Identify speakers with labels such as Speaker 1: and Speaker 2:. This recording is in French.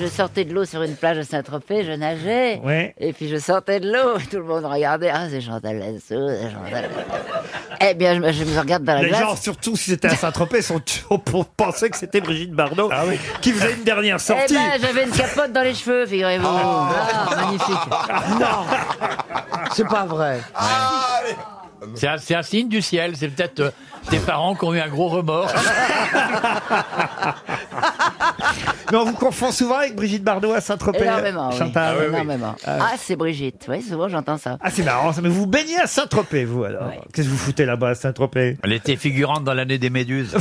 Speaker 1: je sortais de l'eau sur une plage à Saint-Tropez, je nageais.
Speaker 2: Ouais.
Speaker 1: Et puis je sortais de l'eau, tout le monde regardait. Ah, c'est Chantal Lassou, c'est Chantal Lassou. Eh bien, je, me- je me regarde dans la
Speaker 2: Les
Speaker 1: glace.
Speaker 2: gens, surtout si c'était à Saint-Tropez, sont pour penser que c'était Brigitte Bardot qui faisait une dernière
Speaker 1: Ah eh
Speaker 2: sortie.
Speaker 1: ben, j'avais une capote dans les cheveux, figurez-vous. Ah, magnifique.
Speaker 3: C'est pas vrai.
Speaker 4: C'est un, c'est un signe du ciel, c'est peut-être euh, tes parents qui ont eu un gros remords.
Speaker 2: Mais on vous confond souvent avec Brigitte Bardot à Saint-Tropez.
Speaker 1: Énormément, oui.
Speaker 2: Chantal.
Speaker 1: Énormément. Ah, c'est Brigitte. Oui, souvent j'entends ça.
Speaker 2: Ah, c'est marrant, ça. mais vous baignez à Saint-Tropez, vous alors Qu'est-ce que vous foutez là-bas à Saint-Tropez
Speaker 4: Elle était figurante dans l'année des méduses.